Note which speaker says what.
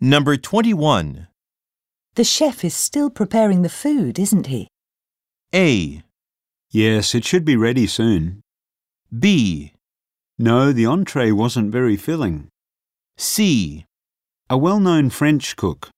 Speaker 1: Number 21.
Speaker 2: The chef is still preparing the food, isn't he?
Speaker 1: A.
Speaker 3: Yes, it should be ready soon.
Speaker 1: B.
Speaker 3: No, the entree wasn't very filling.
Speaker 1: C.
Speaker 3: A well known French cook.